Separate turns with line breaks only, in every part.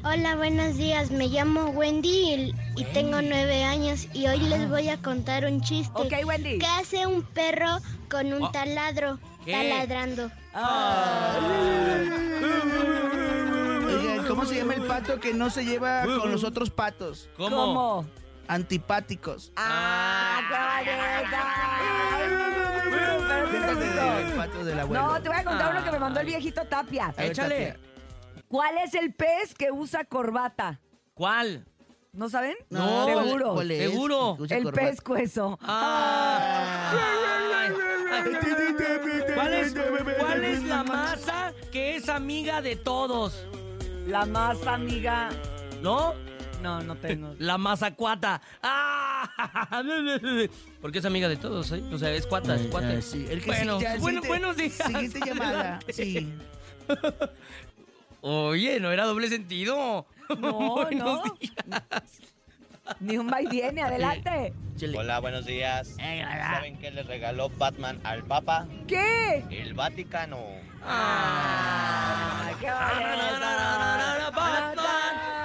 Hola, buenos días. Me llamo Wendy y, y tengo nueve años y hoy les voy a contar un chiste.
Ah. Ok, Wendy.
¿Qué hace un perro con un
Oh.
taladro?
¿Qué?
Taladrando.
Ah. oigan, ¿Cómo se llama el pato que no se lleva con los otros patos?
¿Cómo?
¿Cómo?
Antipáticos. Ah.
¡Ah, qué bonito! Pero sí
Siéntate del
me gustó.
pato del abuelo.
No, te voy a contar uno que me mandó el viejito Tapia.
Ah. A ver,
Échale.
Tapia.
¿Cuál es el pez que usa corbata?
¿Cuál?
¿No saben?
No,
seguro.
¿cuál es?
Seguro.
Escucha
El
corbata.
pez cueso.
Ah. ¿Cuál es, cuál es la masa que es amiga de todos?
La más amiga.
¿No?
No, no tengo.
La mazacuata. Ah. Porque es amiga de todos, ¿eh? O sea, es cuata, es cuata.
Ah, sí. El que
bueno,
sí, ya, el
bueno,
siguiente-
buenos días.
Siguiente llamada. Sí.
Oye, no era doble sentido.
No,
Buenos
no.
días.
Ni un va y viene, adelante.
Hola, buenos días.
Eh,
¿Saben qué le regaló Batman al Papa?
¿Qué?
El Vaticano.
Ah, qué bonito.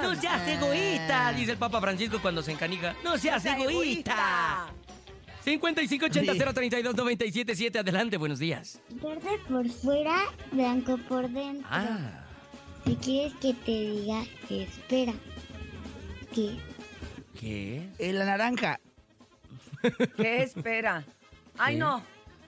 No seas egoísta, dice el Papa Francisco cuando se encanija. No seas egoísta. 5580-032-977, adelante, buenos días.
Verde por fuera, blanco por dentro.
Ah,
Si quieres que te diga, espera. Que
¿qué?
Eh, La naranja.
¿Qué espera? Ay,
¿Qué?
no.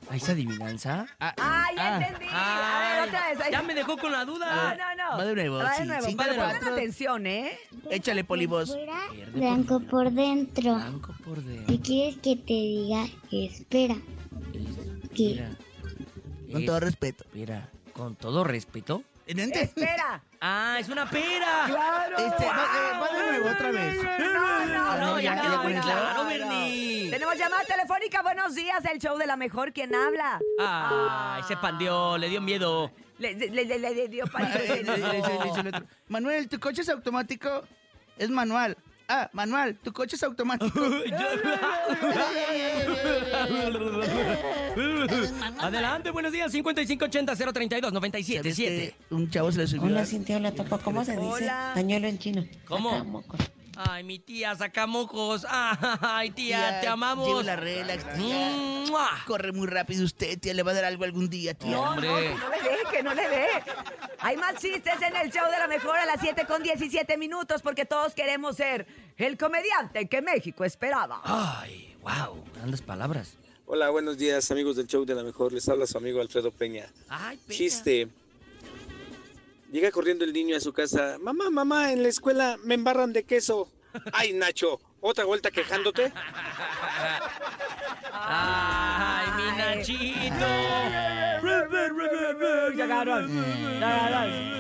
¿A esa adivinanza?
Ah,
Ay, ya
ah.
entendí. A ver, otra vez. Ah. Ay.
Ya me dejó con la
No,
duda.
no, no.
Va de nuevo,
Va de
sí,
nuevo.
cinco,
Pero
cuatro.
pongan atención, ¿eh?
Échale, polibos.
fuera,
Verde por
blanco
fuera.
por dentro.
Blanco por
Si
dentro.
quieres que te diga, espera. Que
Mira.
Con todo respeto.
Mira, con todo respeto.
¿Entiendes?
Espera.
Ah, es una pera.
Claro.
Este, va, eh, va de nuevo otra vez.
No, no,
Ah, No,
no,
ya
no,
quedó
no,
muy
no,
claro,
no.
Bernie.
Tenemos llamada telefónica. Buenos días, el show de la mejor. ¿Quién habla?
Ay, se pandeó, le dio miedo.
Le, le- le- le- le dio
Ah,
pánico.
eh, le- le- le- le- le- le- Manuel, ¿tu coche es automático? Es manual. Ah, Manuel, ¿tu coche es automático?
Adelante, buenos días. 5580-032-977.
¿Sabes que Un chavo se le subió.
Hola Cintia, hola Topo, ¿cómo se dice
Hola.
pañuelo en chino?
¿Cómo?
Sacamoco.
Ay, mi tía, sacamocos. Ay, tía,
Tía,
te
llevo
amamos.
la relax, tía.
¡Mua!
Corre muy rápido usted, tía. Le va a dar algo algún día, tía.
No, no,
Hombre.
que no le dé, que no le dé. Hay más chistes en el show de la mejor a las 7 con 17 minutos porque todos queremos ser el comediante que México esperaba.
Ay, wow, grandes palabras.
Hola, buenos días amigos del show de la mejor. Les habla su amigo Alfredo Peña.
Ay, Peña.
Chiste. Llega corriendo el niño a su casa. Mamá, mamá, en la escuela me embarran de queso. Ay, Nacho, otra vuelta quejándote.
Ay, mi Nachito.
Llegaron. Llegaron.